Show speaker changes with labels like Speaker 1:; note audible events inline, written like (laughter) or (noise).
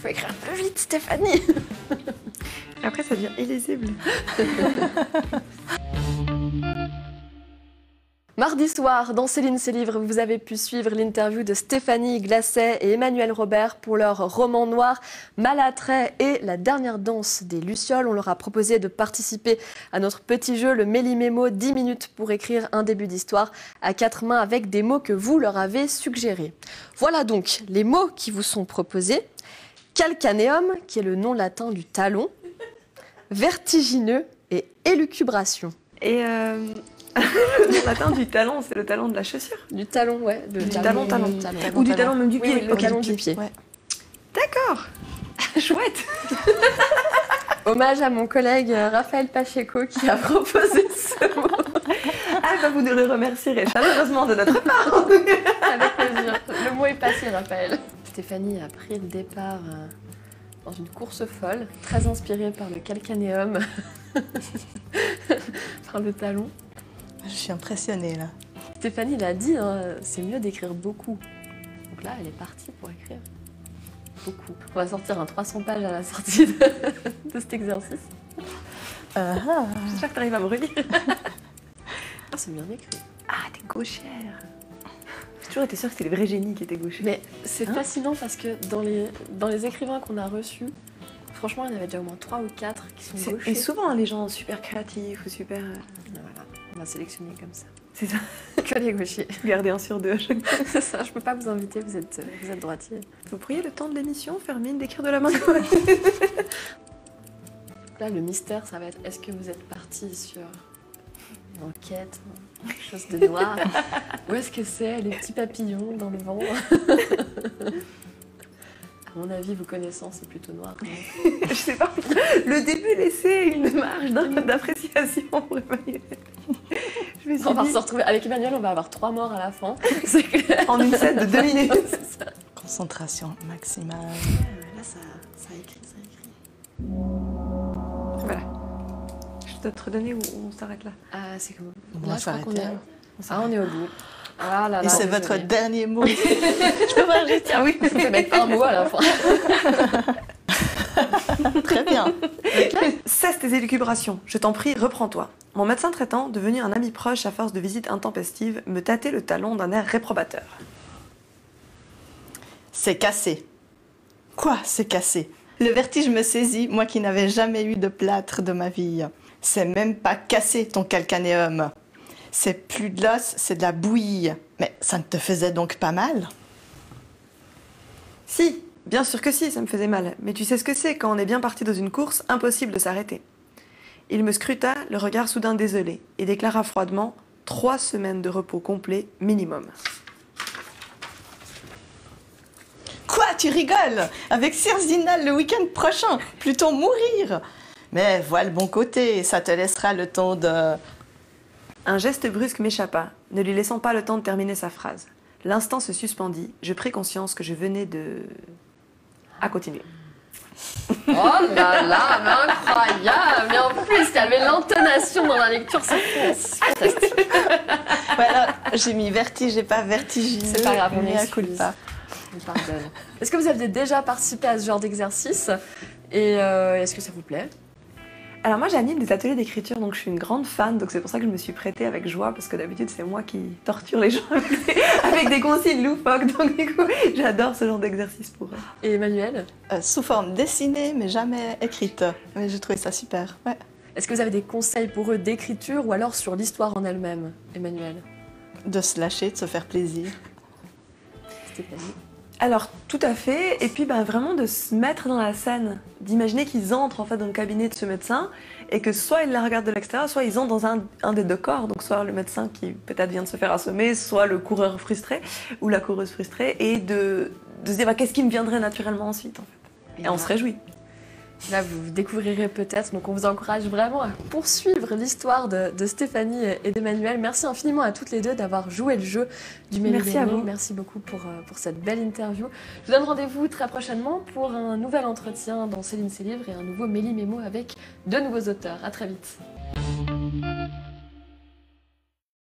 Speaker 1: faut écrire un peu vite, Stéphanie. Après, ça devient illisible. Mardi soir, dans Céline ses livres, vous avez pu suivre l'interview de Stéphanie Glacet et Emmanuel Robert pour leur roman noir Malatrait et la dernière danse des Lucioles. On leur a proposé de participer à notre petit jeu, le Méli-Mémo, 10 minutes pour écrire un début d'histoire à quatre mains avec des mots que vous leur avez suggérés. Voilà donc les mots qui vous sont proposés. Calcaneum, qui est le nom latin du talon, vertigineux et élucubration.
Speaker 2: Et euh, (laughs) le matin du talon, c'est le talon de la chaussure
Speaker 1: Du talon, ouais. le
Speaker 2: Du talon, talon.
Speaker 1: talon,
Speaker 2: Ou du talon même du
Speaker 1: Oui,
Speaker 2: pied.
Speaker 1: oui, le
Speaker 2: Ok.
Speaker 1: talon du pied.
Speaker 2: Ouais.
Speaker 1: (laughs)
Speaker 2: D'accord. Chouette.
Speaker 1: Hommage à mon collègue euh, Raphaël Pacheco qui a proposé ce mot.
Speaker 2: Ah bah vous nous le remercierez chaleureusement de notre part.
Speaker 1: Avec plaisir. Le mot est passé, Raphaël. Stéphanie a pris le départ euh, dans une course folle, très inspirée par le calcanéum, (laughs) par le talon.
Speaker 3: Je suis impressionnée là.
Speaker 1: Stéphanie l'a dit, hein, c'est mieux d'écrire beaucoup. Donc là, elle est partie pour écrire beaucoup. On va sortir un 300 pages à la sortie de, de cet exercice.
Speaker 3: Ah, ah.
Speaker 2: J'espère que t'arrives à me relire.
Speaker 1: Ah, c'est bien écrit.
Speaker 2: Ah, t'es gauchère. J'ai toujours été sûre que c'était les vrais génies qui étaient gauchers.
Speaker 1: Mais c'est
Speaker 2: Hein
Speaker 1: fascinant parce que dans les, dans les écrivains qu'on a reçus, franchement, il y en avait déjà au moins 3 ou 4 qui sont
Speaker 2: C'est-
Speaker 1: gauchers.
Speaker 2: et souvent, hein, les gens super créatifs ou super... euh, (laughs)
Speaker 1: Voilà, on va sélectionner comme ça. (laughs)
Speaker 2: C'est ça.
Speaker 1: Que les gauchers.
Speaker 2: Garder un sur deux à chaque
Speaker 1: (laughs) c'est ça, je peux pas vous inviter, vous êtes, euh, vous êtes droitier.
Speaker 2: Vous pourriez le temps de l'émission faire mine d'écrire de la main
Speaker 1: Là, le mystère, ça va être est-ce que vous êtes parti sur une enquête, quelque chose de noir (laughs) Ou est-ce que c'est les petits papillons dans le vent (laughs) À mon avis, vous connaissant, c'est plutôt noir. (laughs)
Speaker 2: Je sais pas. Le début laissait une marge d'in- d'appréciation (laughs) pour Emmanuel. Je me suis
Speaker 1: On va
Speaker 2: dit,
Speaker 1: se retrouver avec Emmanuel, on va avoir trois morts à la (laughs) fin. C'est clair.
Speaker 2: en une scène de (laughs) deux minutes.
Speaker 1: C'est ça.
Speaker 3: Concentration maximale.
Speaker 1: Là, ça, ça écrit, ça écrit.
Speaker 2: Voilà. Je dois te redonner ou on s'arrête là
Speaker 1: Ah, c'est comment
Speaker 3: On
Speaker 1: Là,
Speaker 3: va
Speaker 1: je crois qu'on
Speaker 3: s'arrêter.
Speaker 1: est-
Speaker 3: là.
Speaker 1: Ah, on est au bout. Ah là là.
Speaker 3: Et c'est
Speaker 1: désolée.
Speaker 3: votre
Speaker 1: (laughs)
Speaker 3: dernier mot.
Speaker 1: Ah (laughs) oui, je vais mettre un mot à (laughs) la fin.
Speaker 3: Très bien.
Speaker 2: Cesse tes élucubrations, je t'en prie, reprends-toi. Mon médecin traitant, devenu un ami proche à force de visites intempestives, me tâtait le talon d'un air réprobateur.
Speaker 3: C'est cassé. Quoi, c'est cassé Le vertige me saisit, moi qui n'avais jamais eu de plâtre de ma vie. C'est même pas cassé ton calcanéum. C'est plus de l'os, c'est de la bouillie. Mais ça ne te faisait donc pas mal
Speaker 2: Si, bien sûr que si, ça me faisait mal. Mais tu sais ce que c'est, quand on est bien parti dans une course, impossible de s'arrêter. Il me scruta, le regard soudain désolé, et déclara froidement trois semaines de repos complet minimum.
Speaker 3: Quoi, tu rigoles Avec Cirzinal le week-end prochain, plutôt mourir Mais vois le bon côté, ça te laissera le temps de...
Speaker 2: Un geste brusque m'échappa, ne lui laissant pas le temps de terminer sa phrase. L'instant se suspendit, je pris conscience que je venais de. à continuer.
Speaker 1: Oh là là, mais incroyable Mais en plus, il y avait l'intonation dans la lecture, c'est fou, c'est fantastique.
Speaker 3: Voilà, j'ai mis vertige et pas vertigineux.
Speaker 1: C'est pas grave, on
Speaker 3: mais à coup de
Speaker 1: excuse.
Speaker 3: pas.
Speaker 1: On pardonne. Est-ce que vous aviez déjà participé à ce genre d'exercice Et euh, est-ce que ça vous plaît
Speaker 2: Alors moi j'anime des ateliers d'écriture, donc je suis une grande fan, donc c'est pour ça que je me suis prêtée avec joie, parce que d'habitude c'est moi qui torture les gens (laughs) avec des, avec des consignes loufoques, donc du coup j'adore ce genre d'exercice pour eux.
Speaker 1: Et Emmanuel
Speaker 3: Euh, sous forme dessinée, mais jamais écrite. Mais j'ai trouvé ça super. Ouais.
Speaker 1: Est-ce que vous avez des conseils pour eux d'écriture ou alors sur l'histoire en elle-même Emmanuel
Speaker 3: De se lâcher, de se faire plaisir.
Speaker 1: Stéphanie
Speaker 2: Alors tout à fait, et puis ben, vraiment de se mettre dans la scène, d'imaginer qu'ils entrent en fait dans le cabinet de ce médecin et que soit ils la regardent de l'extérieur, soit ils entrent dans un, un des deux corps, donc soit le médecin qui peut-être vient de se faire assommer, soit le coureur frustré ou la coureuse frustrée, et de, de se dire bah, qu'est-ce qui me viendrait naturellement ensuite en fait.
Speaker 1: Eh
Speaker 2: Et
Speaker 1: ben,
Speaker 2: on se réjouit.
Speaker 1: Là, vous découvrirez peut-être, donc on vous encourage vraiment à poursuivre l'histoire de, de Stéphanie et d'Emmanuel. Merci infiniment à toutes les deux d'avoir joué le jeu du Mélo
Speaker 2: Merci à
Speaker 1: Mélo.
Speaker 2: vous.
Speaker 1: Merci beaucoup pour, euh, pour cette belle interview. Je vous donne rendez-vous très prochainement pour un nouvel entretien dans Céline Ses Livres et un nouveau Méli Mémo avec deux nouveaux auteurs. À très vite.